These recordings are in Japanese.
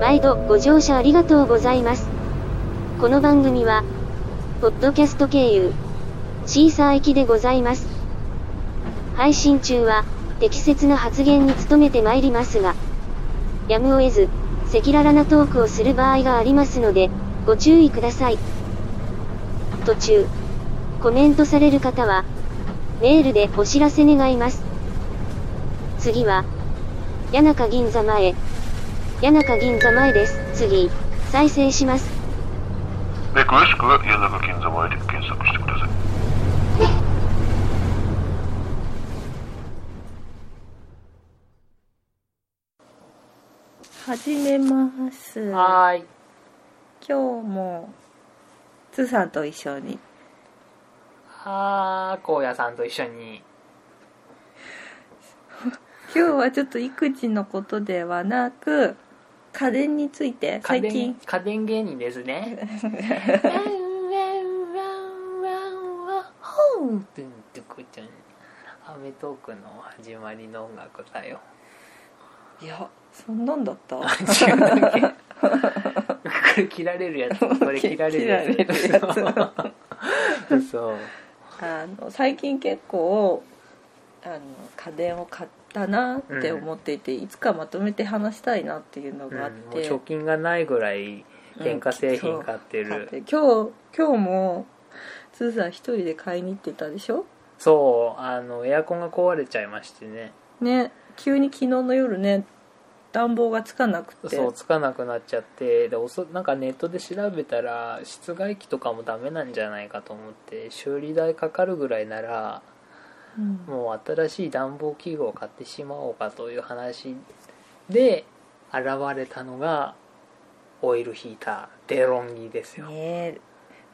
毎度ご乗車ありがとうございます。この番組は、ポッドキャスト経由、シーサー行きでございます。配信中は、適切な発言に努めてまいりますが、やむを得ず、赤裸々なトークをする場合がありますので、ご注意ください。途中、コメントされる方は、メールでお知らせ願います。次は、谷中銀座前。谷中銀座前です。次、再生します。で、詳しくは谷中銀座前で検索してください。始めます。はい。今日も、つさんと一緒に。はあ、こうやさんと一緒に。今日はちょっと育児のことではなく家電について最近家電芸人ですねアメトークの始まりの音楽だよいやそんなんだった違うだけこれ切られるやつこれ切られるやつそう あの最近結構あの家電を買ってだなって思っていて、うん、いつかまとめて話したいなっていうのがあって、うん、貯金がないぐらい電化製品買ってる、うん、今日今日もつーさん一人で買いに行ってたでしょそうあのエアコンが壊れちゃいましてねね急に昨日の夜ね暖房がつかなくてそうつかなくなっちゃってでおそなんかネットで調べたら室外機とかもダメなんじゃないかと思って修理代かかるぐらいならうん、もう新しい暖房器具を買ってしまおうかという話で現れたのがオイルヒーターデロンギですよ、ね、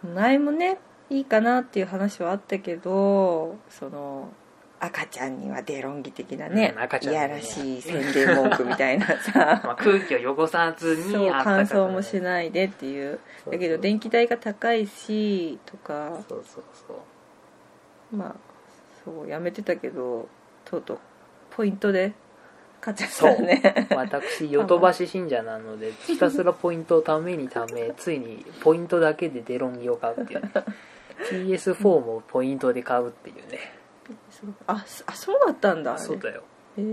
前もねいいかなっていう話はあったけどその赤ちゃんにはデロンギ的なね,うん、赤ちゃんねいやらしい宣伝文句みたいなさ まあ空気を汚さずにそう乾燥もしないでっていうだけど電気代が高いしとかそうそうそうまあそうやめてたけどとうとうポイントで勝っちゃったね 私ヨトバシ信者なのでひたすらポイントをためにた めついにポイントだけでデロンギを買うっていうね PS4 もポイントで買うっていうねああ そうだったんだそうだよへえ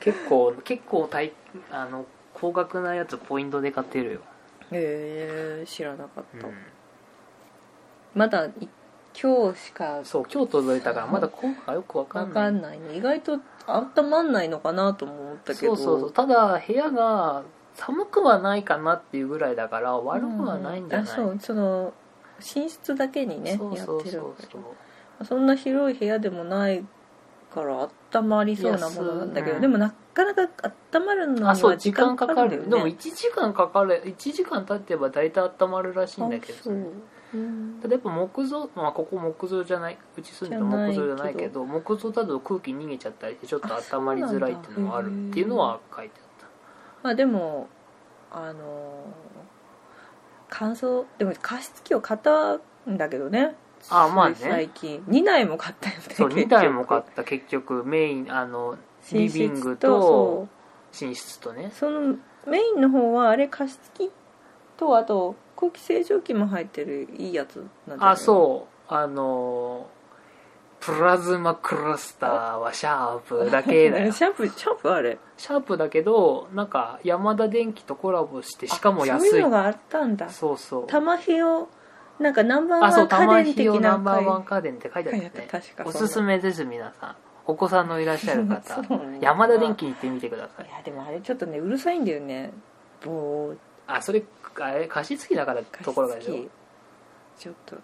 結構結構大あの高額なやつポイントで買ってるよへえ知らなかった、うん、まだ今日しかそう今日届いたからまだ効果がよく分かんない分かんない、ね、意外とあったまんないのかなと思ったけどそうそうそうただ部屋が寒くはないかなっていうぐらいだから悪くはないんじゃない、うん、そうその寝室だけにねやってるそんな広い部屋でもないからあったまりそうなものなんだけど、うん、でもなかなかあったまるのには時間かかる、ね、でも1時間かかる1時間経ってば大体あったまるらしいんだけど、ね、ただやっぱ木造、まあ、ここ木造じゃないうち住んでた木造じゃないけど木造だと空気逃げちゃったりしてちょっと温まりづらいっていうのがあるっていうのは書いてあったまあでもあの乾燥でも加湿器を買ったんだけどねあまあね最近2台も買ったよねそう2台も買った結局メインあのリビングと寝室とねそのメインの方はあれ加湿器とあと空気清浄機も入ってるいいやつなんあそうあのプラズマクラスターはシャープだけ だよシャープシャープあれシャープだけどなんか山田電機とコラボしてしかも安いそういうのがあったんだそうそう玉ひをなんかナンバーワン家電的なナンバーワン家電って書いてあるね確かおすすめです皆さんお子さんのいらっしゃ る方山田電機行ってみてくださいいやでもあれちょっとねうるさいんだよねボーあそれあれ加湿器だからところがでしょちょっと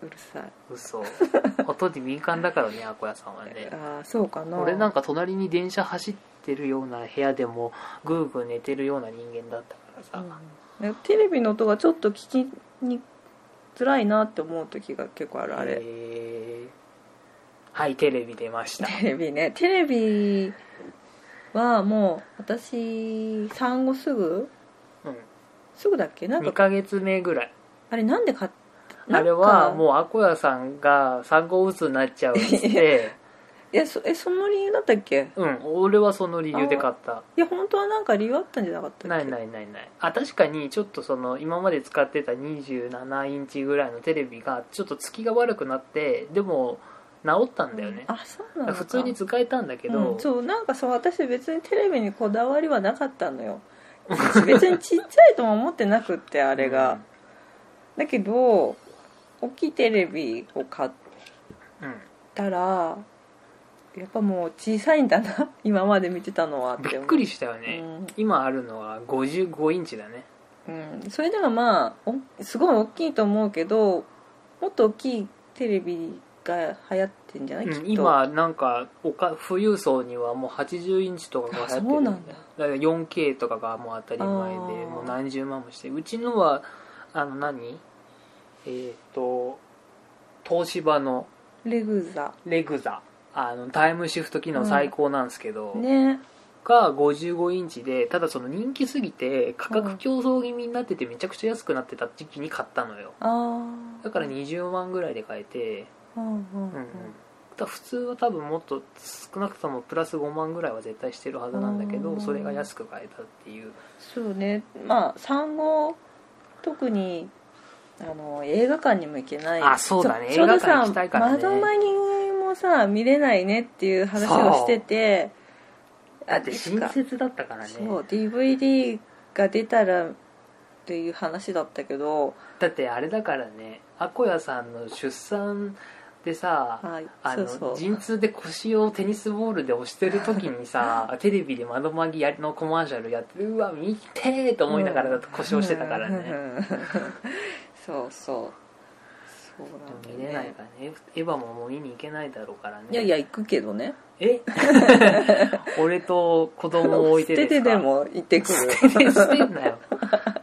うるさい嘘 音に敏感だからねあこやさんはねああそうかな俺なんか隣に電車走ってるような部屋でもグーグー寝てるような人間だったからさ、うん、テレビの音がちょっと聞きに辛いなって思う時が結構あるあれはいテレビ出ましたテレビねテレビはもう私産後すぐすぐだっけなんか2ヶ月目ぐらいあれなんで買った あれはもうアコヤさんが産後うつになっちゃうっつってえそえその理由だったっけうん俺はその理由で買ったいや本当はなんか理由あったんじゃなかったっけないないないないあ確かにちょっとその今まで使ってた27インチぐらいのテレビがちょっとつきが悪くなってでも治ったんだよね、あそうなのか普通に使えたんだけど、うんそうなんかそう私別にテレビにこだわりはなかったの よ別にちっちゃいとも思ってなくってあれが、だけど大きいテレビを買っうん、うんたらやっぱもう小さいんだな 今まで見てたのはってびっ思うくりしたよね、今あるのは55インチだねうん、うん、それでもまあおすごい大きいと思うけどもっと大きいテレビが流行ってんじゃない、うんきっと今なんかおか富裕層にはもう80インチとかが流行ってるあそうなんだから 4K とかがもう当たり前であーもう何十万もしてうちのはあの何えっ、と東芝のレグザレグザあのタイムシフト機能最高なんですけど、ねが55インチでただその人気すぎて価格競争気味になっててめちゃくちゃ安くなってた時期に買ったのよああだから20万ぐらいで買えてうんうんううんうんん、ただ普通は多分もっと少なくともプラス5万ぐらいは絶対してるはずなんだけうどんそれが安く買えたっていうそうねまあ産後特にあの映画館にも行けないあそうだちねょちょうど映画さ館行きたいからね窓マニもさ見れないねっていう話をしててだっていつ新か設だったからねそう DVD が出たらっていう話だったけどだってあれだからねアコヤさんの出産でさああそのうそう陣痛で腰をテニスボールで押してる時にさ テレビで窓まぎやりのコマーシャルやってうわ見てーと思いながらだと腰をしてたからうんねうん うんそうそうそうなんだよね見れないからねエヴァももう見に行けないだろうからねいやいや行くけどねえ 俺と子供を置いて捨てですてでかも行ってくる捨てて捨て んなよまあ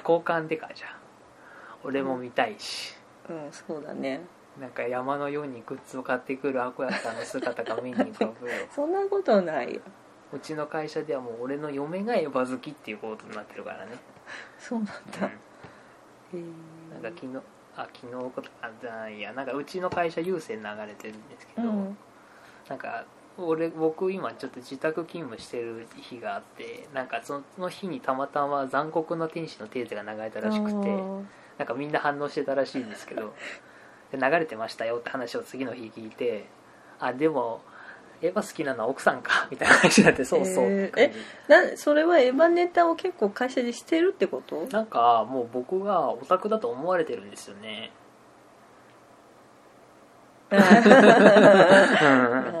交換でかじゃあ俺も見たいし、 うんそうだねなんか山のようにグッズを買ってくるアコヤさんの姿が見に浮かぶよそんなことないようちの会社ではもう俺の嫁がエヴァ好きっていうことになってるからね、そうなんだ、うんなんか昨日あ昨日ことあじゃあいやなんかうちの会社優先流れてるんですけど、うんなんか俺僕今ちょっと自宅勤務してる日があってなんかその日にたまたま「残酷な天使のテーゼ」が流れたらしくてなんかみんな反応してたらしいんです けどで流れてましたよって話を次の日聞いてあでもエヴァ好きなのは奥さんか みたいな話になってそうそう、えーなそれはエヴァネタを結構会社でしてるってことなんかもう僕がオタクだと思われてるんですよね うん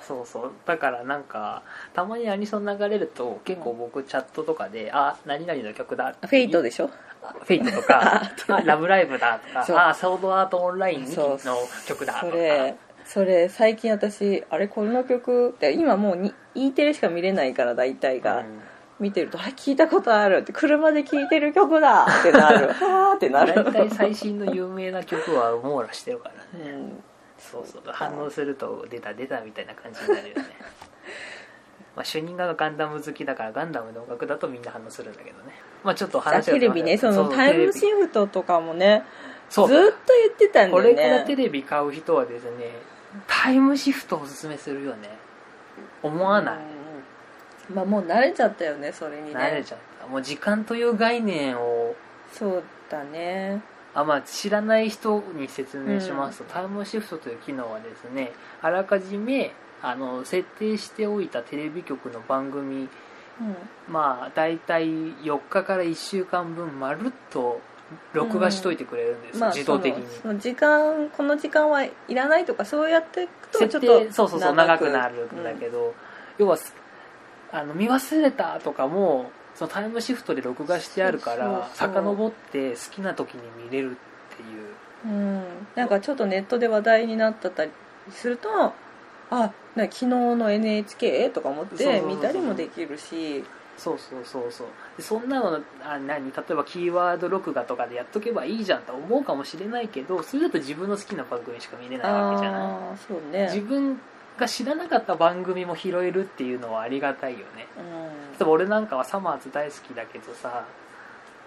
そうそうだからなんかたまにアニソン流れると結構僕チャットとかで「あ何々の曲だ」フェイトでしょあフェイト とか「あラブライブだ」とそうか「あソードアートオンラインそうの曲だ」とそかれそれ最近私あれこの曲って今もうに E テレしか見れないから大体が、うん見てるとあれ聞いたことあるって車で聴いてる曲だってな るはあってな大る体最新の有名な曲は網羅してるからねうんそうそう反応すると出た出たみたいな感じにな るよねまあ主任がガンダム好きだからガンダムの音楽だとみんな反応するんだけどねまあちょっと話がテレビねそのタイムシンフトとかもねずそっとう言ってたんだこよれねからテレビ買う人はですねタイムシフトをおすすめするよね思わない、うんまあもう慣れちゃったよねそれにね慣れちゃったもう時間という概念をそうだねあまあ、知らない人に説明しますと、タイムシフトという機能はですねあらかじめあの設定しておいたテレビ局の番組うんまあ大体4日から1週間分まるっと録画しといてくれるんです、まあ自動的にそのその時間この時間はいらないとかそうやっていくとちょ設っと定そうそうそう長くなるんだど、けど、要はあの見忘れたとかもそのタイムシフトで録画してあるかそらうそうそう遡って好きな時に見れるっていううんうんなんかちょっとネットで話題になったりするとあな昨日の NHK とか思っそうそうてそうそう見たりもできるしそうそうそうそうでそんなのあ何例えばキーワード録画とかでやっとけばいいじゃんと思うかもしれないけどそれだと自分の好きな番組しか見れないわけじゃないああそう自ね分が知らなかった番組も拾えるっていうのはありがたいよねうん例えば俺なんかはサマーズ大好きだけどさ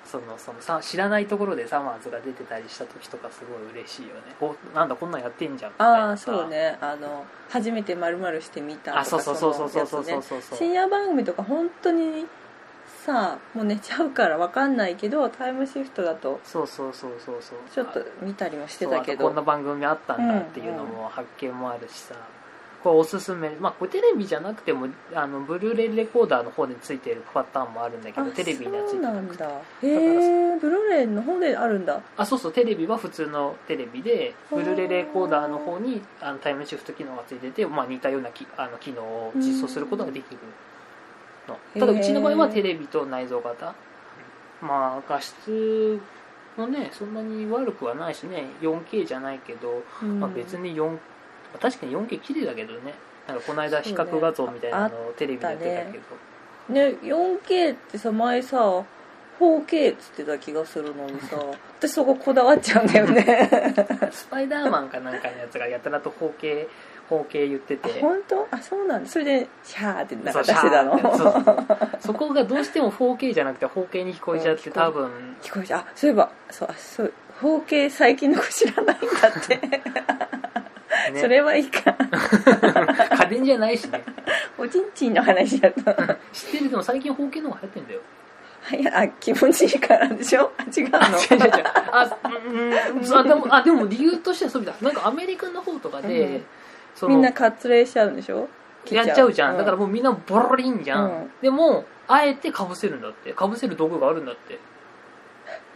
そのそのさ知らないところでサマーズが出てたりした時とかすごい嬉しいよねおなんだこんなんやってんじゃんみたいなああそうねあの初めてまるまるしてみたとかあそうそうそうそうそうそうのやそうつねそうそう、深夜番組とか本当にさもう寝ちゃうからわかんないけどタイムシフトだとそうそうそうそうそうちょっと見たりもしてそうたあとけこどんな番組あったんだっていうのも発見もあるしさ、これおすすめまあこれテレビじゃなくてもあのブルーレイレコーダーの方についてるパターンもあるんだけどテレビにはついそてうななんくてだへえブルーレイの方であるんだあそうそうテレビは普通のテレビでブルーレイレコーダーの方にあのタイムシフト機能がついてて、まあ、似たようなきあの機能を実装することができるのうんただへーうちの場合はテレビと内蔵型まあ画質もねそんなに悪くはないしね 4K じゃないけど、まあ、別に4確かに 4K 綺麗だけどねなんかこの間比較画像みたいなのをテレビでやってたけどうんね 4K ってさ前さ 4K っつってた気がするのに さ私そここだわっちゃうんだよねスパイダーマンかなんかのやつがやたらと 4K 4K 言ってて本当あそうなんだそれでシャーってなんそかう出してたのシャーってそうそうそうそこがどうしても 4K じゃなくて 4K に聞こえちゃってうん多分聞こえたあそういえばそうあそう 4K 最近の子知らないんだって、 ねそれはいいか 家電じゃないしねおちんちんの話だと知ってるでも最近 4K の方が流行っ てんだよはやあ気持ちいいからでしょあ違うのあ違う違う違うあうんうんあでもあでも理由としてはそうみたいなんかアメリカの方とかで、うんそみのんな割礼しちゃうんでしょ切やっちゃうじゃん、だからうもうみんなボロリンじゃん、うんでもあえてかぶせるんだってかぶせる道具があるんだって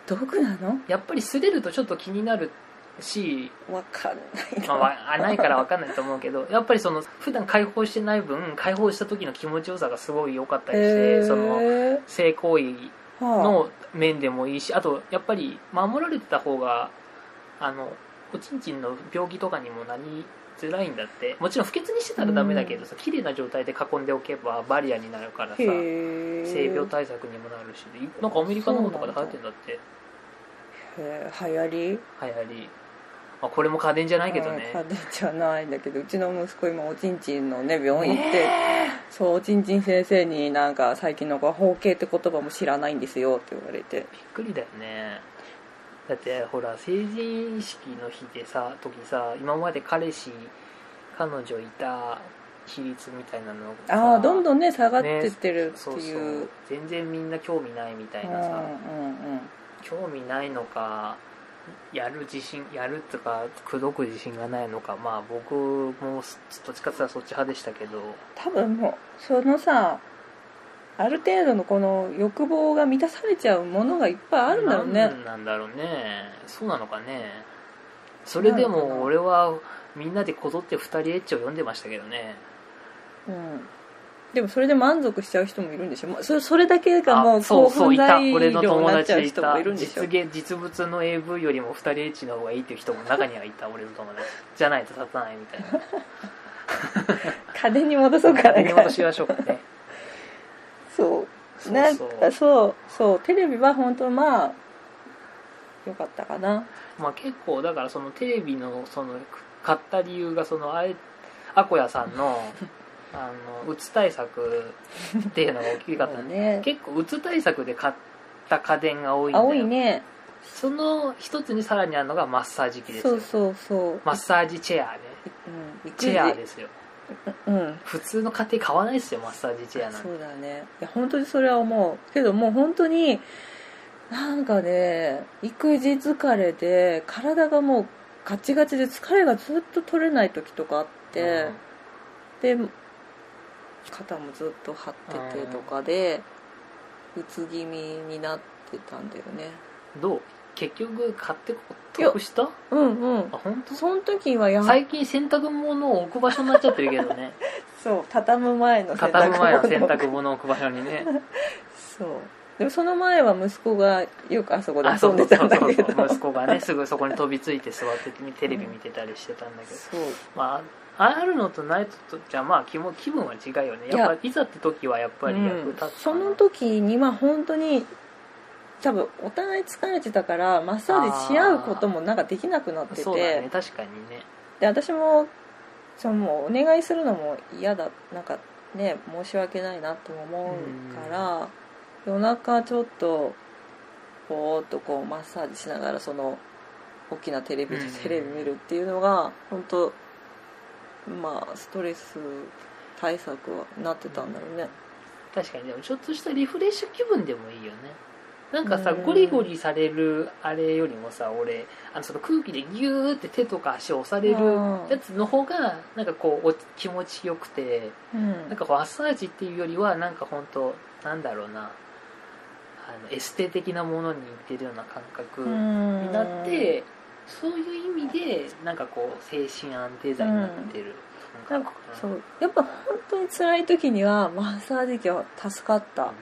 道具なのやっぱり擦れるとちょっと気になる しわかんないなまあわ、あないから分かんないと思うけどやっぱりその普段解放してない分解放した時の気持ちよさがすごい良かったりして、へーその性行為はの面でもいいしあとやっぱり守られてた方があのおちんちんの病気とかにもなりづらいんだってもちろん不潔にしてたらダメだけどさ綺麗な状態で囲んでおけばバリアになるからあさへえ性病対策にもなるしなんかアメリカの方とかで流行ってんだってへー流行り流行り、まあ、これも家電じゃないけどね、うん家電じゃないんだけどうちの息子今おちんちんのね病院行って、ねそうおちんちん先生になんか最近の子は包茎って言葉も知らないんですよって言われてびっくりだよねだってほら成人式の日でさ時さ今まで彼氏彼女いた比率みたいなのがああどんんどんね下がってってるってそうそいう,、う全然みんな興味ないみたいうんなさ、うんうん興味ないのかやる自信やるとか口説く自信がないのかまあ僕もどっちかって言ったらそっち派でしたけど多分もうそのさある程度のこの欲望が満たされちゃうものがいっぱいあるんだろうねなんなんだろうねそうなのかねそれでなのかなも俺はみんなでこぞって二人エッチを読んでましたけどねうんでもそれで満足しちゃう人もいるんでしょまあそれそれだけがもうあそう興そう奮いた材料俺にの友なっちゃう達い人もたいるんでしょ実現実物の AV よりも二人エッチの方がいいっていう人も中にはいた俺の友達じゃないと立たないみたいな家電に戻そうから見戻しましょうかねそうそうなんそうかそうそうテレビは本当まあよかったかなまあ結構だからそのテレビのその買った理由がそのあえアコヤさんのあのうつ対策っていうのが大きかったねそうね結構うつ対策で買った家電が多いんだよ青いねその一つにさらにあるのがマッサージ機ですよそうそうそう、マッサージチェアねうん、育児チェアですようん普通の家庭買わないですよマッサージチェアなんてそうだねいや本当にそれは思うけどもう本当になんかね育児疲れで体がもうガチガチで疲れがずっと取れない時とかあって、で肩もずっと張っててとかで、うつ気味になってたんだよねうんどう結局買って得したあうんうん本当その時はや最近洗濯物を置く場所になっちゃってるけ どねそう畳む前の洗畳む前の洗濯濯物を置く場所にねそうでもその前は息子がよくあそこであそ遊んうでそうそたうだんそうけど息子がねすぐそこに飛びついて座っててテレビ見てたりしてたんだけど、そうまああるのとないとじゃまあ気も気分は違うよねいややっぱいざって時はやっぱり役立つかな、その時には本当に多分お互い疲れてたからマッサージし合うこともなんかできなくなってて、そうだね確かにねで私もそのもうお願いするのも嫌だなんかね申し訳ないなとも思うから、夜中ちょっとぼーっとこうマッサージしながらその大きなテレビでうんテレビ見るっていうのが本当まあストレス対策はなってたんだろうね確かにでもちょっとしたリフレッシュ気分でもいいよねなんかさうんゴリゴリされるあれよりもさ俺あのその空気でギューって手とか足を押されるうんやつの方がなんかこうお気持ちよくてうんなんかこうマッサージっていうよりはなんか本当なんだろうなあのエステ的なものに似てるような感覚になってそういう意味でなんかこう精神安定剤になってるな感んか覚かなそうやっぱ本当に辛い時にはマッサージ機は助かった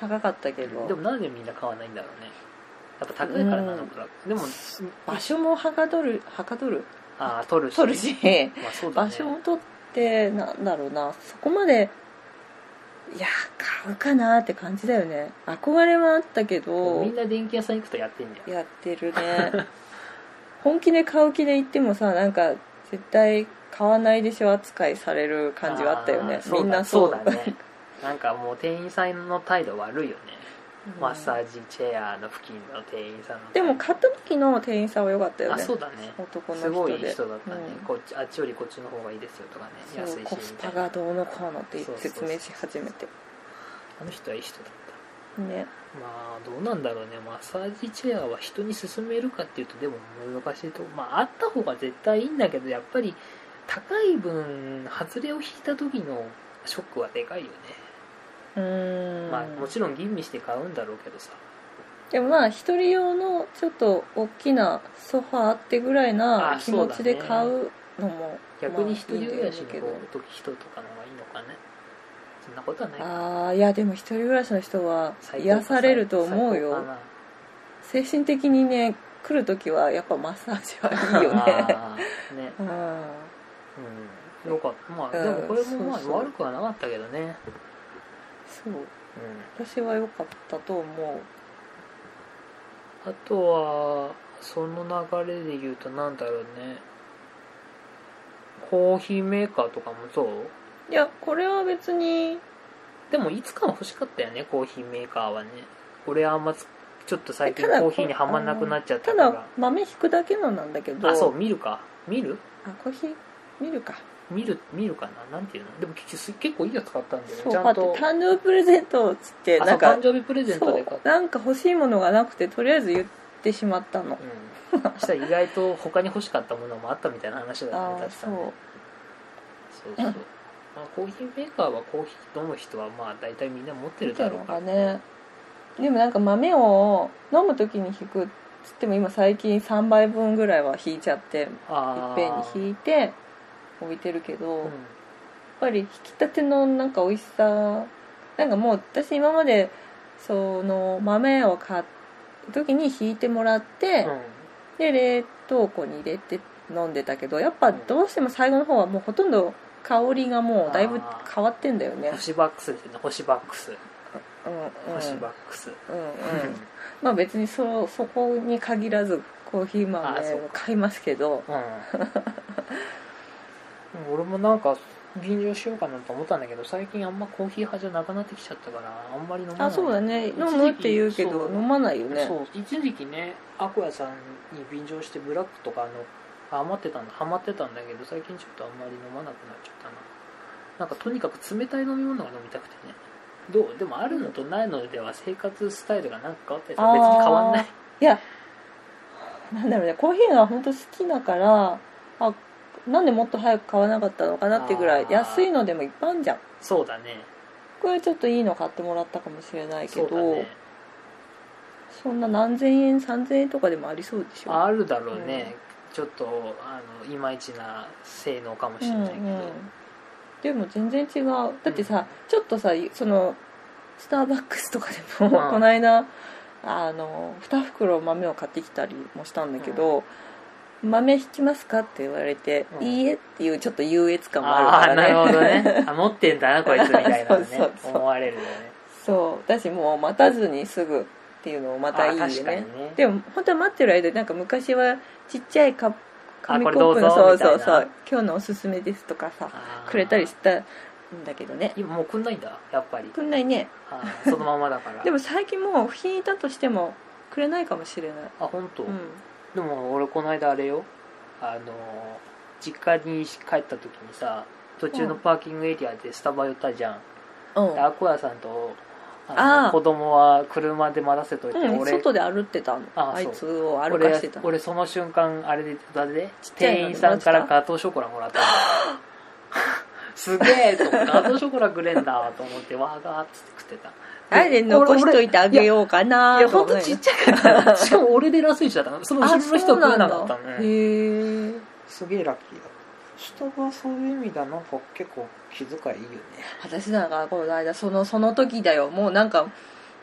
高かったけどでもなんでみんな買わないんだろうねやっぱ高いからなのかな、でも場所もはかどるはかどるああ取るし取るしまあそうだね場所を取ってなんだろうなそこまでいや買うかなって感じだよね憧れはあったけどみんな電気屋さん行くとやってんじゃんやってるね 本気で買う気で行ってもさなんか絶対買わないでしょ扱いされる感じはあったよあねーみんなそう だそうだねなんかもう店員さんの態度悪いよね、うんマッサージチェアの付近の店員さんの態で度も買った時の店員さんは良かったよあねそうだね男の人ですすごい人だったね、うんこっちあっちよりこっちの方がいいですよとかねそう安いしみコスたパいながどうのこうのってそうそうそ説う明し始めてあの人はいい人だったねまあどうなんだろうねマッサージチェアは人に勧めるかっていうとでも難しいとまああった方が絶対いいんだけどやっぱり高い分外れを引いた時のショックはでかいよね、うーんまあもちろん吟味して買うんだろうけどさでもまあ一人用のちょっと大きなソファーあってぐらいあなー気持ちで買うのも逆に人まあ暮らしいいんのだけ方どと人とかの方がいいのかねそんなことはないかああいやでも一人暮らしの人は最高か癒されると思う最高かよな精神的にね来る時はやっぱマッサージはいいよ ねあーねうんうんよかったまあでもこれもまあうんそうそう悪くはなかったけどねそううん私は良かったと思あとはその流れで言うとなんだろうねコーヒーメーカーとかもそうういやこれは別にでもいつかは欲しかったよねコーヒーメーカーはね俺はあんまつちょっと最近ただコーヒーにはまんなくなっちゃったたからだ豆引くだけのなんだけどあそう見るか見るあコーヒー見るか見る見るかななんていうのでも結局結構いいやつ買ったんだよねそうちだゃんってと誕生日プレゼントっつってあなんそうか誕生日プレゼントそで買うったなんか欲しいものがなくてとりあえず言ってしまったのうんそしたら意外と他に欲しかったものもあったみたいな話だよ あねあ確かそにうそうそう、うんまあ、コーヒーメーカーはコーヒー飲む人はまあ大体みんな持ってる見てだるろうのからかねでもなんか豆を飲む時に引くっつっても今最近3杯分ぐらいは引いちゃっていっあぺんに引いて置いてるけど、うやっぱり引きたてのなんか美味しさなんかもう私今までその豆を買う時に引いてもらって、ん、で冷凍庫に入れて飲んでたけどやっぱどうしても最後の方はもうほとんど香りがもうだいぶ変わってんだようねん、星バックスですよね星バックスうんうん星バックス、うんうんまあ別にそそこに限らずコーヒー豆あそうを買いますけどうんうん俺もなんか便乗しようかなと思ったんだけど最近あんまコーヒー派じゃなくなってきちゃったからあんまり飲まないあそうだね一飲時期むって言うけどそう飲まないよねそう一時期ねアクアさんに便乗してブラックとかあのあ余ってたんだハマってたんだけど最近ちょっとあんまり飲まなくなっちゃったななんかとにかく冷たい飲み物が飲みたくてねどうでもあるのとないのでは生活スタイルがなんか変わったりするあー別に変わんないいやなんだろうねコーヒーが本当好きだからあなんでもっと早く買わなかったのかなってぐらあいー安いのでもいっぱいあんじゃんそうだねこれちょっといいの買ってもらったかもしれないけそどうだねそんな何千円3000円とかでもありそうでしょあるだろうね、ちょっとあのいまいちな性能かもしれないけど、うんうんでも全然違うだってさ、ちょっとさそのスターバックスとかでも、うんこの間あの2袋豆を買ってきたりもしたんだけど、豆引きますかって言われて、うんいいえっていうちょっと優越感もあああるからねなるほどねあ持ってんだなこいつみたいなのねそうそうそう思われるよね そうだしもう待たずにすぐっていうのもまたいいよあ確かにねねでも本当は待ってる間になんか昔はちっちゃいカップあ紙コこれッどうプぞのそうみたいそうなそう今日のおすすめですとかさあーくれたりしたんだけどね今もうくんないんだやっぱりくんないねあーそのままだからでも最近もう引いたとしてもくれないかもしれないあ本当、うんでも俺この間あれよあの実家に帰った時にさ途中のパーキングエリアでスタバ寄ったじゃん、うんでアクアさんとあのあー子供は車で待たせといて、うん、俺外で歩ってたのああそういつを歩かしてたの俺俺その瞬間あれでだぜちっちゃいの店員さんからガトーショコラも らったのすげえと思ってガトーショコラくれんだと思ってわーがーっつって食ってたあれ残しといてあげようかないやとほ思んとうよちっちゃか ったしかも俺でラスイチだったのその後あろのそ人うはな食えんなだかったねへえすげえラッキーだった人がそういう意味だなんか結構気遣いいいよね私なんかこの間そのその時だよもうなんか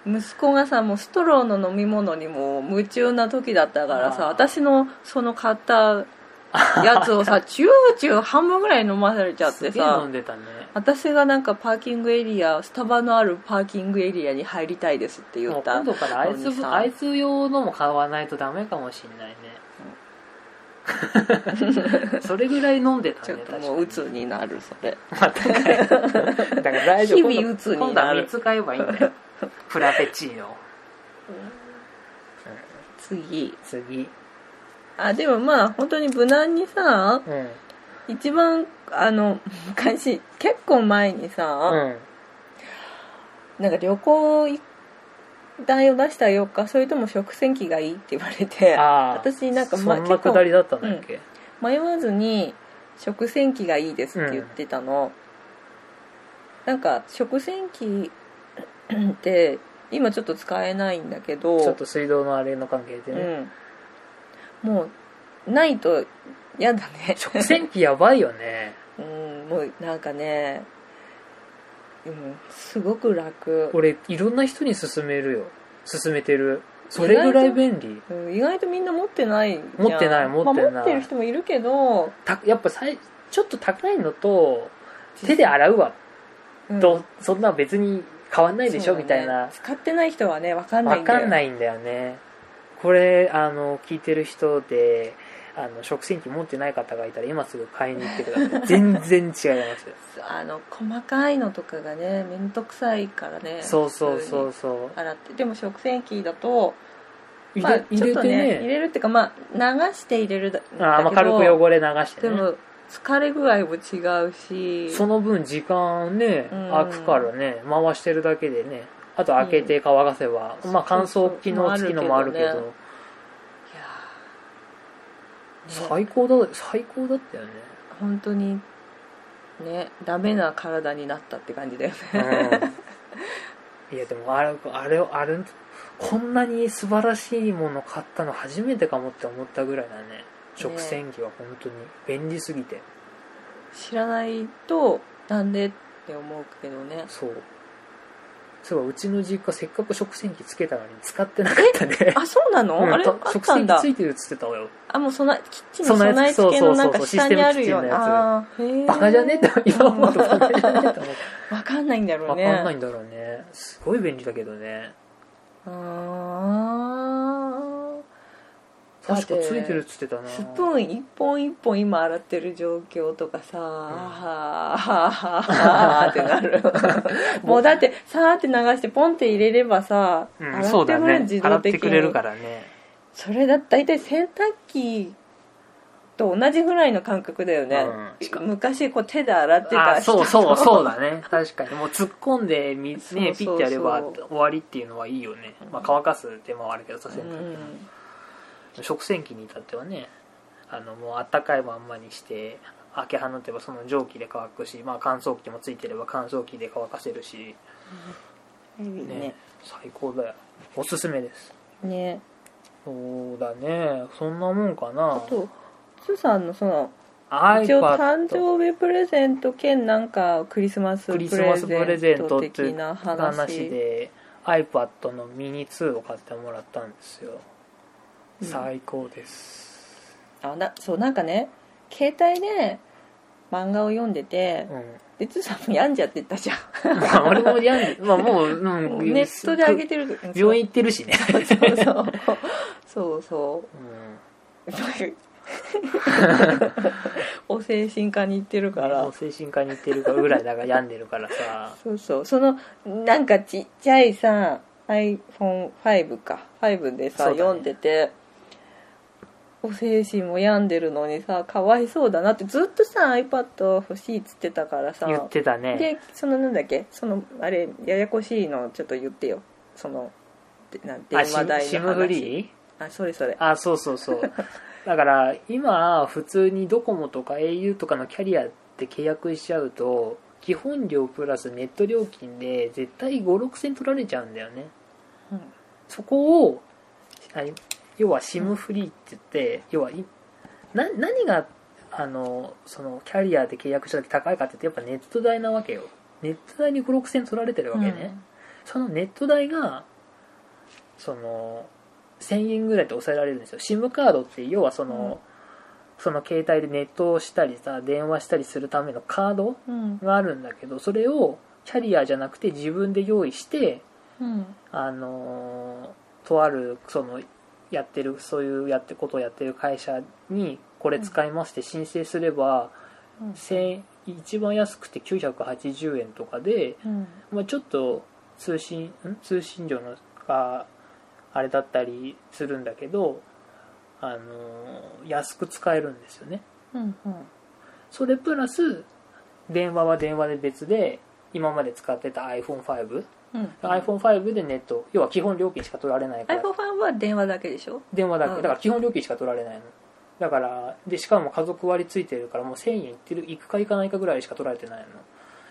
息子がさもうストローの飲み物にもう夢中な時だったからあーさ私のその買 ったやつをさチューチュー半分ぐらい飲まされちゃってすげえ飲さんでたね私がなんかパーキングエリアスタバのあるパーキングエリアに入りたいですって言もうった今度からアイお兄スさんアイス用のも買わないとダメかもしんない ねそれぐらい飲んでたちょねっと確かもう鬱になるそれまたかい だから大丈夫日々鬱になる今度は3つ買えばいいんだよフラペチーノ次次あでもまあ本当に無難にさうん一番あの昔結構前にさ、うんなんか旅行代を出してあげようかそれとも食洗機がいいって言われてああ私なんか、そんま、な結くだ構りだったんだっけ、迷わずに食洗機がいいですって言ってたの、なんか食洗機って今ちょっと使えないんだけどちょっと水道のあれの関係でね、うん、もうないと嫌だね食洗機やばいよねうんもうなんかね、うん、すごく楽、俺いろんな人に勧めるよ勧めてるそれぐらい便利うん、意外とみんな持ってないじゃん持ってない持ってないまあ、持ってる人もいるけどたやっぱさいちょっと高いのと手で洗うわうんと、そんな別に変わんないでしそうょ、だねみたいな使ってない人はね分かんないわんだよかんないんだよねこれあの聞いてる人であの食洗機持ってない方がいたら今すぐ買いに行ってくだ さい全然違いますよあの細かいのとかがね面倒くさいからねそうそうそう普そう通に洗ってでも食洗機だと、入れ,、まあ、ち入ょれっとてね入ねれるっていうかまあ流して入れるだあーまあだけ軽どく汚れ流してでねも疲れ具合も違うしその分時間ねうん空くからね回してるだけでねあと開けて乾かせば、うんまあ乾そうそ燥う機能付きのもあるけどもあるけどねいやーね最高だ最高だったよね本当にねダメな体になったって感じだよね うんいやでもあれあれあれこんなに素晴らしいもの買ったの初めてかもって思ったぐらいだね食洗機は本当に便利すぎて、知らないとなんでって思うけどねそうそういえばうちの実家せっかく食洗機つけたのに使ってなかったねあそうなの、うん あれあとっ食たん洗機だついてるっつってたわよあもう備えキッチンの備え備えそう付そうけそうのなんか下にあるようシステムキッチンのなやつああーへえバカじゃねえって今思うとバカじゃねえって思 うわかんないんだろわうねかんないんだろうねすごい便利だけどねあだっ確てかついてるっつってたーなスプーン一本一本今洗ってる状況とかさ、あーはーはーはーってな るもうだってさーって流してポンって入れればさ、うん、洗そっうてだくれる、ね自洗動っ的てにくれるからねそれだ大体洗濯機と同じぐらいの感覚だよね、うんしか昔こう手で洗ってたあそ うそうそうだねね確かにもう突っ込んでみ、ね、そうそうそうピッてやれば終わりっていうのはいいよね、まあ、乾かす手間はあるけどさ洗濯機も食洗機に至ってはねあのもうあったかいまんまにして開け放てばその蒸気で乾くし、まあ、乾燥機もついてれば乾燥機で乾かせるし、うんねね最高だよおすすめですねそうだねそんなもんかなあとつさんのその iPad 一応誕生日プレゼント兼なんかクリスマスクリスマスププレレゼゼンントトってい的うな話話で iPad のミニ2を買ってもらったんですよ、うん最高ですあなそうなんかね携帯で漫画を読んでてう、んでつさんも病んじゃってたじゃんまあ俺もやんまあもう、うんネットで上げてる病院行ってるしね、そうそうそうそううん お精神科に行ってるから、もう精神科に行ってるかぐらいなんか病んでるからさそうそうそのなんかちっちゃいさ iPhone5 か5でさ、そうだね読んでてお精神も病んでるのにさかわいそうだなってずっとさ iPad 欲しいっつってたからさ言ってたねでそのなんだっけそのあれややこしいのちょっと言ってよそのでなんてあ話題シのム話シムフリーあそれそれあそうそうそうだから今普通にドコモとか au とかのキャリアって契約しちゃうと基本料プラスネット料金で絶対56000取られちゃうんだよねうんそこをあ要は SIM フリーって言って、要はいな何があのそのキャリアで契約した時高いかって言ってやっぱネット代なわけよネット代に56000取られてるわけね、そのネット代がその1000円ぐらいで抑えられるんですよ SIM カードって要はその、その携帯でネットをしたりさ電話したりするためのカードうんがあるんだけどそれをキャリアじゃなくて自分で用意してうんあのーとあるそのやってるそういうやってことをやってる会社にこれ使いまして申請すれば、うん千一番安くて980円とかで、うんまあ、ちょっと通信ん通信料のがあれだったりするんだけど、あのー安く使えるんですよねうんうんそれプラス電話は電話で別で今まで使ってた iPhone5 うん iPhone5 でネット要は基本料金しか取られないから iPhone5 は電話だけでしょ電話だけうんだから基本料金しか取られないのだからでしかも家族割ついてるからもう1000円いってる行くか行かないかぐらいしか取られてないの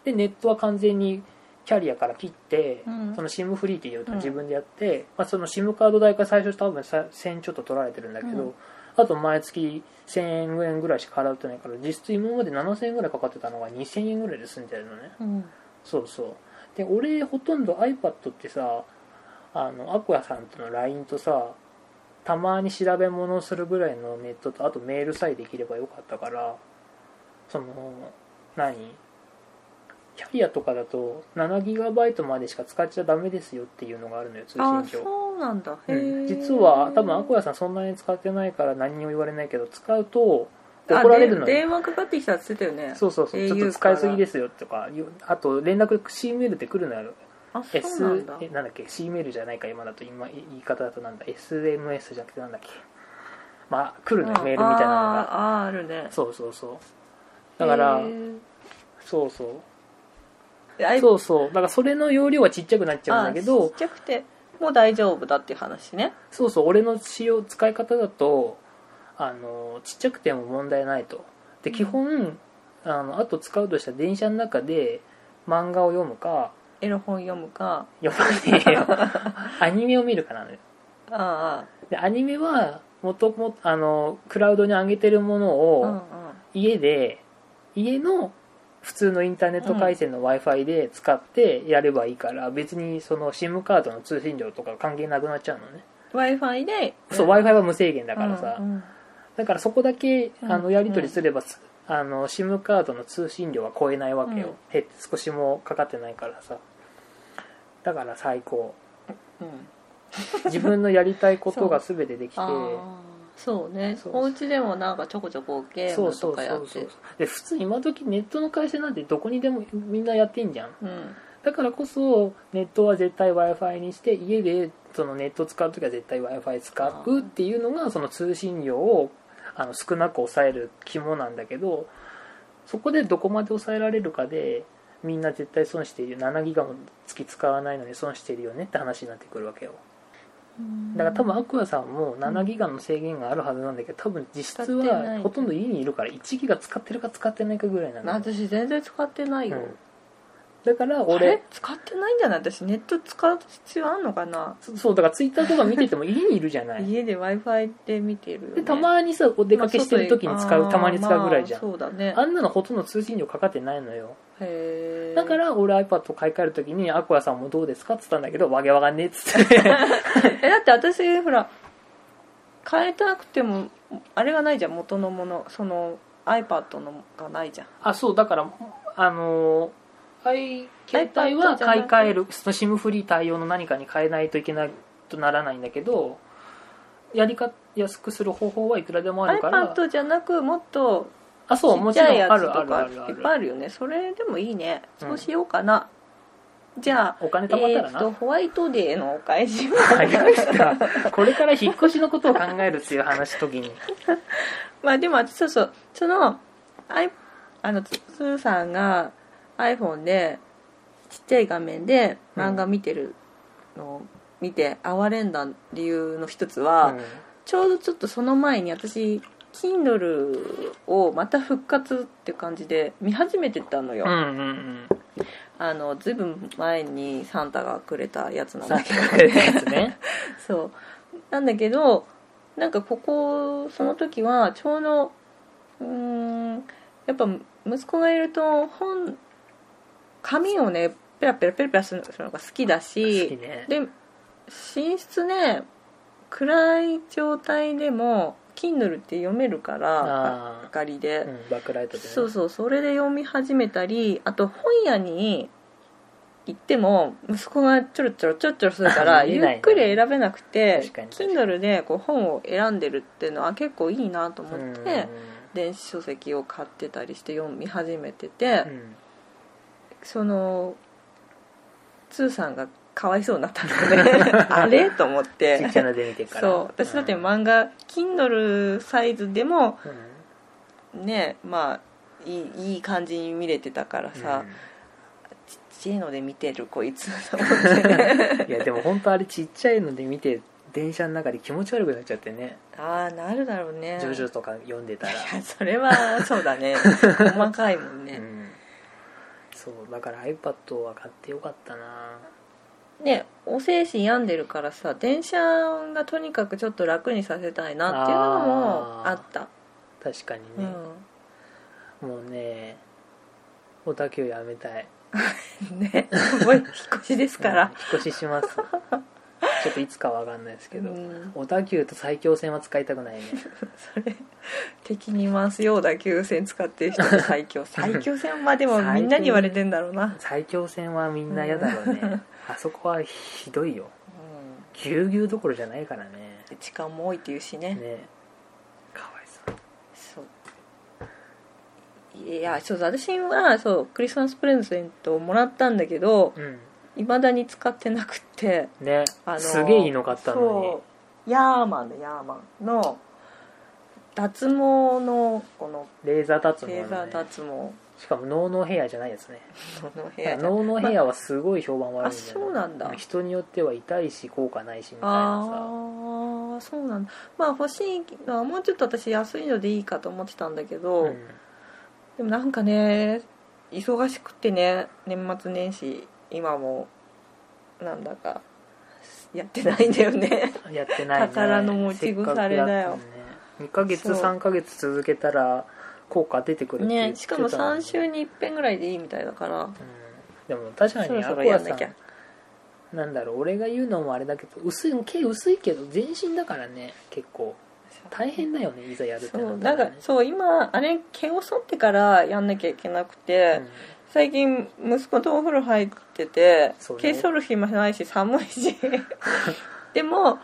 でネットは完全にキャリアから切って、うんその SIM フリーっていうとうん自分でやって、まあ、その SIM カード代が最初多分さ1000ちょっと取られてるんだけど、うんあと毎月1000円ぐらいしか払ってないから実質今まで7000円ぐらいかかってたのが2000円ぐらいで済んじゃうのねうんそうそうで俺ほとんど iPad ってさあのアクアさんとの LINE とさたまに調べ物をするぐらいのネットとあとメールさえできればよかったからその何キャリアとかだと 7GB までしか使っちゃダメですよっていうのがあるのよ通あ信料そうなんだへうーん実は多分アクアさんそんなに使ってないから何にも言われないけど使うと怒られるのあよで電話かかってきたって言ってたよねそうそうそう au ちょっと使いすぎですよとかいうあと連絡 C メールで来るのよあそう S なんだえなんだっけ C メールじゃないか今だと今言い方だとなんだ SMS じゃなくてなんだっけまあ来るのよメールみたいなのがあーあーあるねそうそうそうだからへーそうそうで iPhone そうそうだからそれの容量はちっちゃくなっちゃうんだけあーどちっちゃくてもう大丈夫だっていう話ねそうそう俺の使用使い方だとあのちっちゃくても問題ないとで基本、あのあと使うとしたら電車の中で漫画を読むかエロ本読むか読まね えよアニメを見るかなのよあでアニメはもともあのクラウドに上げてるものあを、うんうん家で家の普通のインターネット回線の w i f i で使ってやればいいから、別にその SIM カードの通信料とか関係なくなっちゃうのね、 w i f i でそう w i f i は無制限だからさ、うんうんだからそこだけうんあのやり取りすれば、すあの SIM カードの通信料は超えないわけよ、うん減って少しもかかってないからさだから最高うん自分のやりたいことが全てで きてあーそうねそうお家でもなんかちょこちょこゲーそうムそとうかそやうっそてうで普通今時ネットの会社なんてどこにでもみんなやってんじゃんうんだからこそネットは絶対 w i f i にして家でそのネット使う時は絶対 w i f i 使うっていうのがその通信量をあの少なく抑える肝なんだけどそこでどこまで抑えられるかでみんな絶対損している7ギガも月使わないのに損してるよねって話になってくるわけよだから多分アクアさんも7ギガの制限があるはずなんだけど多分実質使ってなはいほとんど家にいるから1ギガ使ってるか使ってないかぐらいなんだよ私全然使ってないよ、うんだからあれ俺使ってないんじゃない私ネット使う必要あんのかな、そそうだからツイッターとか見てても家にいる じゃない家で w i f i で見てるよ、ね、でたまにさお出かけしてる時に使まうあたまに使うぐらいじゃまあんそうだねあんなのほとんど通信料かかってないのよへえだから俺 iPad 買い替える時にアクアさんもどうですかっつったんだけどわけわかんねえっつって えだって私ほら変えたくてもあれがないじゃん元のものその iPad のがないじゃんあそうだからあのーはい携帯 iPad はじゃな買いくて替えるその SIM フリー対応の何かに変えないといけないとならないんだけどやりか安くする方法はいくらでもあるから iPad じゃなくもっとあそうちもっちちゃろいやんあつとるあるあかいるっぱいああるるよねそれでもいいねうんそうしようかな、じゃあお金え貯まったーらっな、とホワイトデーのお返しは早いした これから引っ越しのことを考えるっていう話時に まあでもそうそうそのアイあのつつーさんが iPhone でちっちゃい画面で漫画見てるのを見て哀れんだ理由の一つは、うんちょうどちょっとその前に私 Kindle をまた復活って感じで見始めてたのよ、うんうんあのずいぶん前にサンタがくれたやつなんうんさだっけきからのやつねどそうなんだけどなんかここその時はちょうどうーんやっぱ息子がいると本紙をねペラペラペラペラするのが好きだし好きねで寝室ね暗い状態でも Kindle って読めるからあ明かりあ、うで、ん、バックライトでねそうそうそれで読み始めたりあと本屋に行っても息子がちょろちょろちょろちょろするから 見ゆないねっくり選べなくて確かに確かに Kindle でこう本を選んでるっていうのは結構いいなと思うんって、電子書籍を買ってたりして読み始めてて、うんそのつーさんがかわいそうになった のであれと思っちっちゃてなで見てからそう私だって漫画 Kindle サイズでもうんねまあいいいい感じに見れてたからさ、ちっちゃいので見てるこいつと思ってうんいやでも本当あれちっちゃいので見て電車の中で気持ち悪くなっちゃってねああなるだろうね「ジョジョ」とか読んで たら、いやそれはそうだね細かいもんうね、ん、そうだから iPad は買ってよかったなねお精神病んでるからさ電車がとにかくちょっと楽にさせたいなっていうのもあった確かにうね、んもうねおたきをやめたいねすごい引っ越しですかうんら、引っ越しします ちょっといつかわかんないですけど、うん小田急と埼京線は使いたくないねそれ敵に回すようだ急線使ってる人って最強最強線まあでもみんなに言われてんだろうな、埼京線はみんな嫌だろうね、 あそこはひどいようぎゅうぎゅうどころじゃないからねん、時間も多いっていうしねねかわいそうそういやそう私はそうクリスマスプレゼントをもらったんだけどうんいまだに使ってなくて、ね、あのーすげえいいの買ったのそうヤーマンのヤーマンの脱毛のこのにレーザー脱毛レーザの、ーね、脱毛 のしかもノーノーヘアじゃないやつね部屋ノーノーヘアはすごい評判悪いんだよねあそうなんだ人によっては痛いし効果ないしみたいなああそうなんだまあ欲しいのはもうちょっと私安いのでいいかと思ってたんだけど、さ、うんでもなんかね忙しくてね年末年始今もなんだかやってないんだよねやってないね宝の持ち腐れだよ2ヶ月そう3ヶ月続けたら効果出てくるって言ってたの ねしかも3週に一遍ぐらいでいいみたいだからうんでも確かそにろアそろコアやんさなきゃんなんだろう俺が言うのもあれだけど薄い毛薄いけど全身だからね結構大変だよねいざやるってそうなたらんかそう今あれ毛を剃ってからやんなきゃいけなくて、うん最近息子とお風呂入ってて、そうね毛剃る暇ないし寒い しでも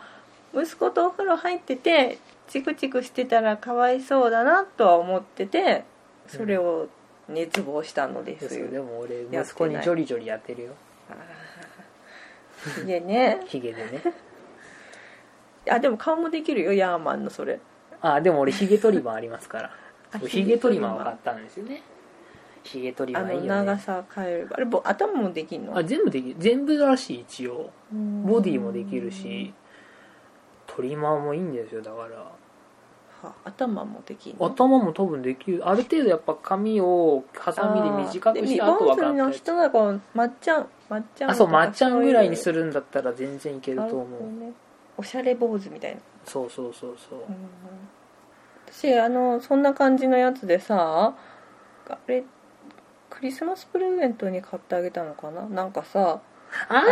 息子とお風呂入っててチクチクしてたらかわいそうだなとは思っててそれを熱望したので、ですすよでも俺ない息子にジョリジョリやってるよあーでねヒゲでねあでも顔もできるよヤーマンのそれあでも俺ヒゲトリマーありますからあ僕ヒゲトリマーを買ったんですよねヒゲトリマあーいのいよ長ねさ変えればあれぼ頭もできんのあ全部できる全部らしい一応ボディもできるしトリマーもいいんですよだからは頭もできんの頭も多分できるある程度やっぱ髪をハサミで短くしてあとはガガンンのって人がこうまっちゃんまっちゃんあそうまっちゃんぐらいにするるんだったら全然いけると思うおしゃれ坊主みたいな、そうそうそうそううん私あのそんな感じのやつでさあれクリスマスプレゼントに買ってあげたのかななんかさああ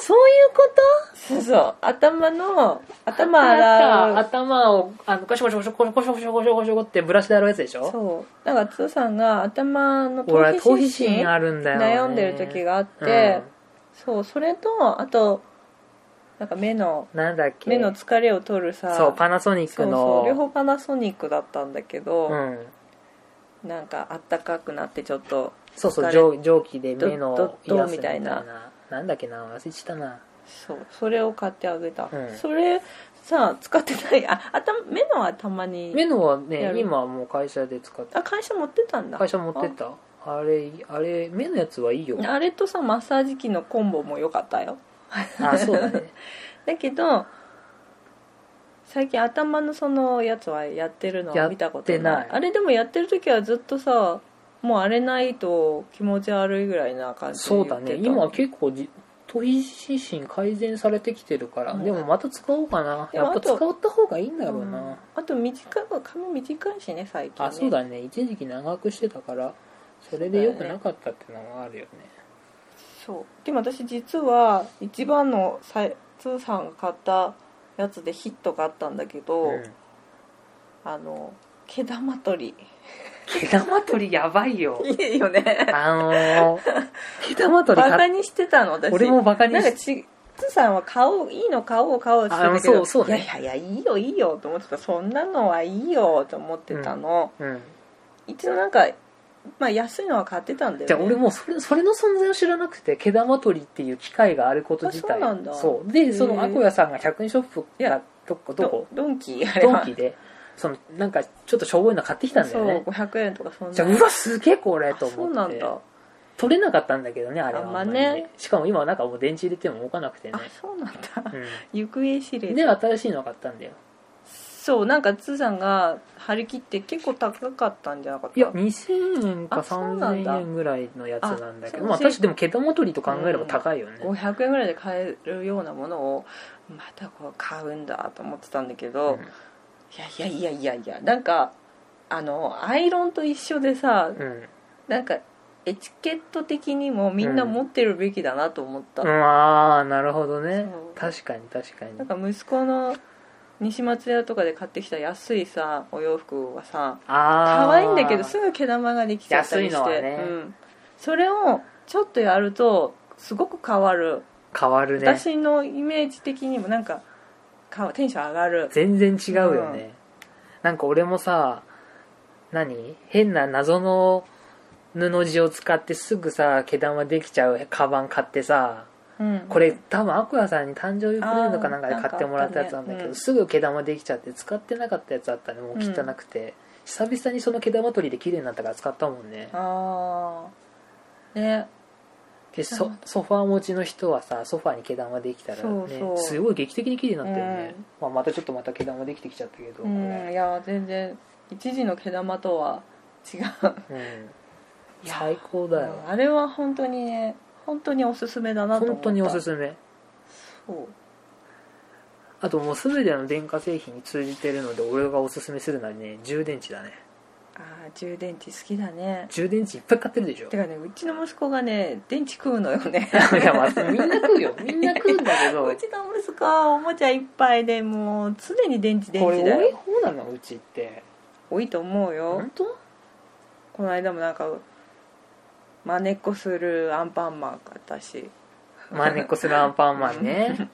そういうことそうそう頭の頭洗う頭をあのゴシゴシゴシゴシゴシゴシゴシゴシゴシってブラシで洗うやつでしょそうだからつーさんが頭の俺頭頭皮皮シ湿ーン疹あるんだよ、ね、悩んでる時があっあて、そうそれとあとなんか目のなんだっけ目の疲れを取るさそうパナソニッそクうそうの両方パナソニックだったんだけど、うんなんかあったかくなってちょっとそうそ疲うれ蒸蒸気でど目のど癒やすどうみたいななんだっけな忘れてたなそうそれを買ってあげた、うんそれさ使ってないあ頭目のはたまに目のはやねる今はもう会社で使ってあ会社持ってたんだ会社持ってったあれあれ目のやつはいいよあれとさマッサージ機のコンボも良かったよあそうだねだけど最近頭のそのやつはやってるのやはってない見たことないあれでもやってる時はずっとさもう荒れないと気持ち悪いぐらいな感じで そ言ってうただね今は結構じ頭皮指針改善されてきてるから、うんでもまた使おうかなでもやっぱあと使った方がいいんだろうな、うんあと短い髪短いしね最近ねあそうだね一時期長くしてたからそれで良くなかったってのはあるよねそうでも私実は一番のさいツーさんが買ったやつでヒットがあったんだけど、うんあの毛玉取毛玉取りやばいよりいいよねあのー、毛玉取りバカ買っにしてたの私俺もバカになんかしちつさんは買おういいの買おう買おうって言ってたけあどそうそうねいやいやいやいいよいいよと思ってたそんなのはいいよと思ってたの、うん、一応なんか、まあ、安いのは買ってたんだよ、ね、じゃあ俺もうそれそれの存在を知らなくて毛玉取りっていう機械があること自あ体そうなんだそうでそへのーアコヤさんが100円ショップいやがどこどこドドンキーあれドンはキでそのなんかちょっとしょぼいの買ってきたんだそようね500円とかそんなじゃあうわすげえこれとあ思ってそうなんだ取れなかったんだけどねあれはあんあまんまりねねしかも今はなんかもう電池入れても動かなくてねあ、そうなんだう行方知れずん、で新しいの買ったんだよそうなんかつーさんが張り切って結構高かったんじゃなかったいや2000円かあそうなんだ3000円ぐらいのやつなんだけどあまあそう私でも毛玉取りと考えれば高いよね、 500円ぐらいで買えるようなものをまたこう買うんだと思ってたんだけど、うんいやいやいやいやいやなんかあのアイロンと一緒でさうんなんかエチケット的にもみんな持ってるべきだなと思った、うわあなるほどねそう確かに確かになんか息子の西松屋とかで買ってきた安いさお洋服はさああ可愛いんだけどすぐ毛玉ができちゃったりして安いのはねうん、それをちょっとやるとすごく変わる、変わるね私のイメージ的にもなんかかテンション上がる全然違うよね、なんか俺もさ何変な謎の布地を使ってすぐさ毛玉できちゃうカバン買ってさうんこれ多分アクアさんに誕生日プレゼントかなんかであー買ってもらったやつなんだけなんかあったねど、うんすぐ毛玉できちゃって使ってなかったやつあったねもう汚くて、久々にその毛玉取りで綺麗になったから使ったもんねああねでソソファー持ちの人はさソファーに毛玉できたらねそうそうすごい劇的に綺麗になったよね、まあ、またちょっとまた毛玉できてきちゃったけど、うこんいれや全然一時の毛玉とは違う、うんいや最高だよあれは本当にね本当におすすめだなと思った本当におすめすめそうあともう全ての電化製品に通じてるので俺がおすすめするのはね充電池だねああ充電池好きだね充電池いっぱい買ってるでしょてかねうちの息子がね電池食うのよ ねいやまあみんな食うよみんな食うんだけどうちの息子はおもちゃいっぱいでもう常に電池電これ池だ多いよ方なのうちって多いと思うよ 本当この間もなんかまねっこするアンパンマン買ったし まねっこするアンパンマンね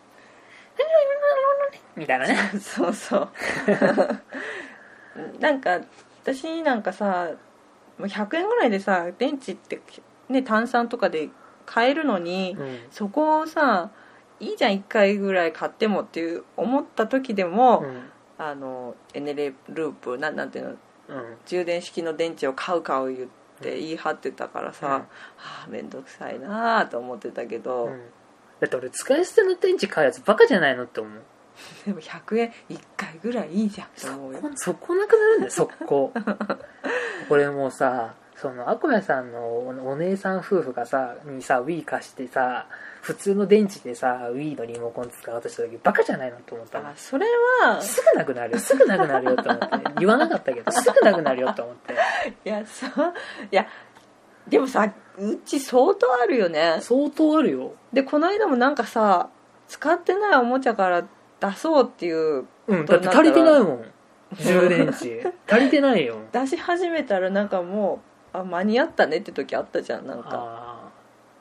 みたいなねそうそう なんか私なんかさもう100円ぐらいでさ電池ってね炭酸とかで買えるのに、うんそこをさいいじゃん1回ぐらい買ってもっていう思った時でも、うんあのエネループなんなんていうのうん充電式の電池を買う買う言って言い張ってたからさ、うんはあ面倒くさいなあと思ってたけど、うんだって俺使い捨ての電池買うやつバカじゃないのって思うでも100円1回ぐらいいいじゃんと思うよそこなくな るんだよ速攻俺もうさそのアコヤさんのおお姉さん夫婦がさにさ Wii 貸してさ普通の電池でさ Wii のリモコン使おうとした時バカじゃないのって思ったのあそれはすぐなくなるよすぐなくなるよと思 って言わなかったけどすぐなくなるよと思って いやそういやでもさうち相当あるよね相当あるよでこの間もなんかさ使ってないおもちゃから出そうっていううんだって足りてないもん充電池足りてないよ出し始めたらなんかもうあ間に合ったねって時あったじゃんなんかあ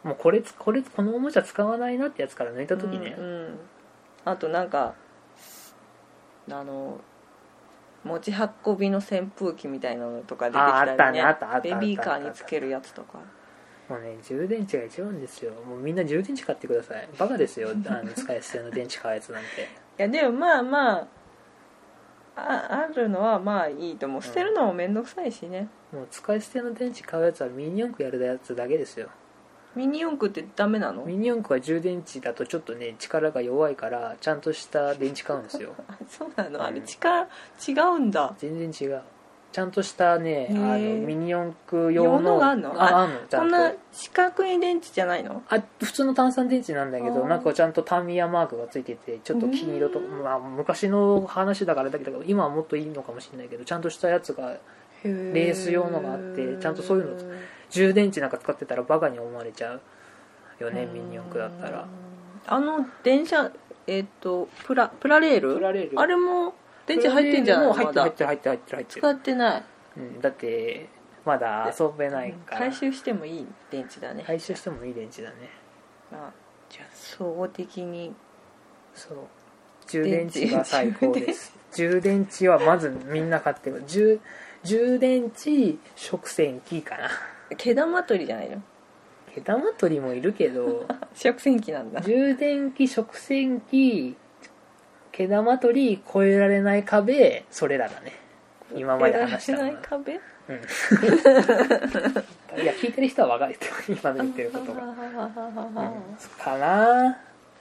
あもうこれこれこのおもちゃ使わないなってやつから抜いた時ね、うんうんあとなんかあの持ち運びの扇風機みたいなのとか出てきあーあったたりねねあったあったあったあったベビーカーにつけるやつとかもうね充電池が一番ですよもうみんな充電池買ってくださいバカで すよあの使い捨ての電池買うやつなんていやでもまあまあああるのはまあいいと思う捨てるのも面倒くさいしね、もう使い捨ての電池買うやつはミニ四駆やるやつだけですよミニ四駆ってダメなのミニ四駆は充電池だとちょっとね力が弱いからちゃんとした電池買うん ですよあ そうなのあれうん力違うんだ全然違うちゃんとしたへねあーのミニ四駆用用ののがあんのああんのちゃこんんとな四角い電池じゃないのあ普通の炭酸電池なんだけあどーなんかちゃんとタミヤマークがついててちょっと金色とうんまあ、昔の話だからだけど今はもっといいのかもしれないけどちゃんとしたやつがレレース用のがあってちゃんとそういうのの充電池なんか使ってたらバカに思われちゃうよねミニ四駆だったらあの電車えっ、とプラプラレールプラレールあれも電池入ってんじゃないものう入まってだる入ってる入ってる入ってる入ってる使ってないうん、だってまだ遊べないから回収してもいい電池だね、回収してもいい電池だねまあじゃあ総合的にそう充電池が最高です 充電池はまずみんな買ってる充充電池食洗機かな毛玉取りじゃないの毛玉取りもいるけど 食洗機なんだ充電器食洗機毛玉取り越えられない壁それらだね今まで話したやのらはれない壁いや聞いてる人は分かると今の言ってることが、うんかな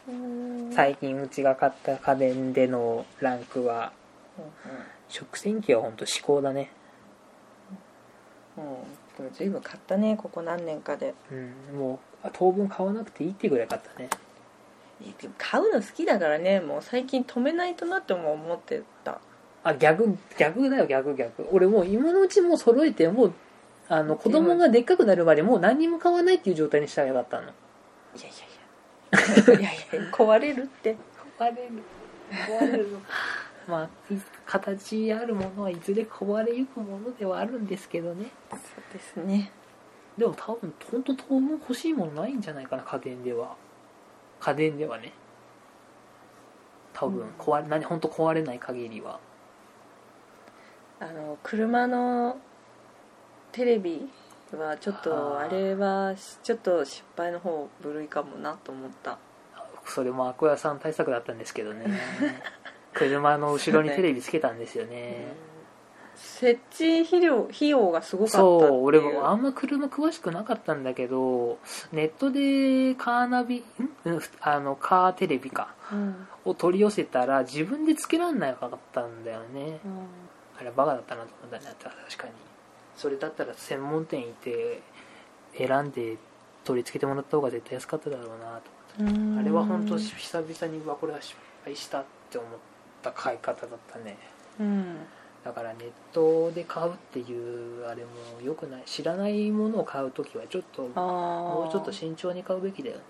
うん最近うちが買った家電でのランクは食洗機は本当至高だね、うんでも随分買ったねここ何年かでうん、もう当分買わなくていいってぐらい買ったねいやでも買うの好きだからねもう最近止めないとなっても思ってたあ逆逆だよ逆逆俺もう今のうちもう揃えてもうあの子供がでっかくなるまでもう何にも買わないっていう状態にしたらよかったのいやいやいやいやいや壊れるって壊れる壊れるの まあい形あるものはいずれ壊れゆくものではあるんですけどねそうですねでも多分本当当分欲しいものないんじゃないかな家電では家電ではね多うん分壊れ何本当壊れない限りはあの車のテレビはちょっとあーあれはしちょっと失敗の方部類かもなと思ったそれもアコヤさん対策だったんですけ どね車の後ろにテレビつけたんですよね設置費用費用がすごかったっていうそう俺もあんま車詳しくなかったんだけどネットでカーナビんうんあのカーテレビかうんを取り寄せたら自分でつけられなかったんだよねうんあれバカだったなと思ったね確かにそれだったら専門店行って選んで取り付けてもらった方が絶対安かっただろうなとあれは本当し久々にうわこれは失敗したって思った買い方だったねうんだからネットで買うっていうあれも良くない知らないものを買う時はちょっとあももうちょっと慎重に買うべきだよね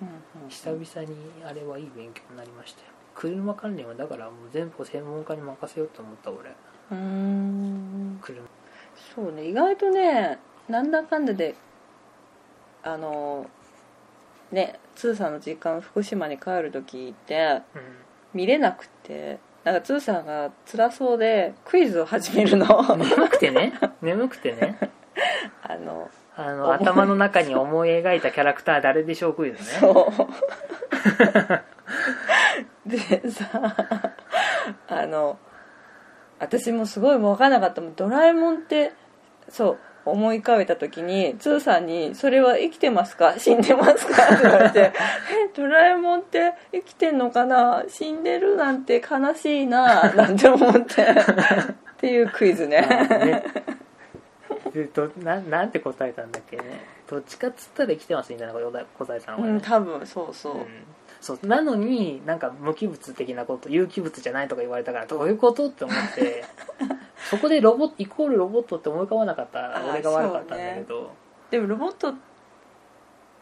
うんうん久々にあれはいい勉強になりましたよ車関連はだからもう全部専門家に任せようと思った俺うーん車そうね意外とねなんだかんだであのねつーさんの実家の福島に帰る時ってうん見れなくてなんかつーさんが辛そうでクイズを始めるの眠くてね眠くて ねあのあ思のい頭の中に思い描いたキャラクター誰でしょうクイズねそうでさあの私もすごい分からなかったもんドラえもんってそう思い浮かべた時につーさんに「それは生きてますか死んでますか?」って言われて「えドラえもんって生きてんのかな死んでるなんて悲しいな」なんて思ってっていうクイズね ねでどななんて答えたんだっけねどっちかっつったら生きてますみたいなこと答え答えたのう俺ねん多分そうそう、うんそうなのになんか無機物的なこと有機物じゃないとか言われたからどういうことって思って そこでロボットイコールロボットって思い浮かばなかったあー俺が悪かったんだけど、でもロボット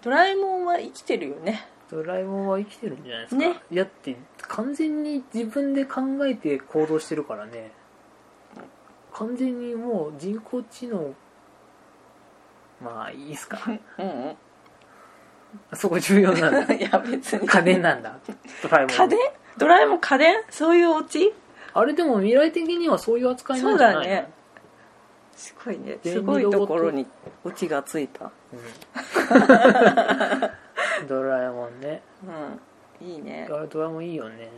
ドラえもんは生きてるよねドラえもんは生きてるんじゃないですかねだって完全に自分で考えて行動してるからね完全にもう人工知能まあいいっすか うんそこ重要なんうだん いや別に家電なんだドラえもん家電ドラえもん家電そういうオチあれでも未来的にはそういう扱いなそんうじゃだないねのすごいねす便利ロボごいットところにオチがついたうんドラえもんねうんいいねあれドラえもんいいよね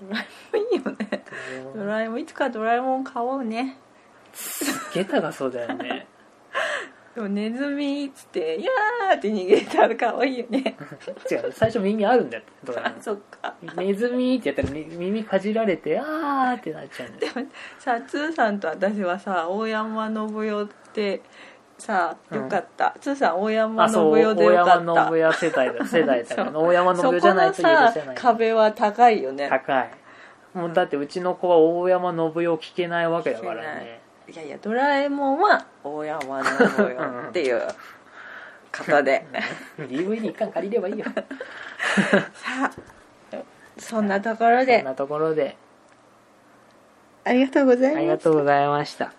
ドラえもんいいよねドラえもん ドラえもんいつかドラえもん買おうねゲタがそうだよねでもネズミっつって「いやー」って逃げたらかわいいよね違う最初耳あるんだよドラあえもん そっかネズミってやったらみ耳かじられてあーってなっちゃうんだよさあつーさんと私はさ大山信代ってさあよかった、つーさん大山あ信そう代で大よか山っ信た代世代だ世代だから大山信 そ代じゃこないのと許せさない壁は高いよね高いもうだってうちの子は大山信代を聞けないわけだからねいやいやドラえもんは大山信代っていう方 で DV に一巻借りればいいよさあそんなところそんでなところでありがとうございあまりすがとうございました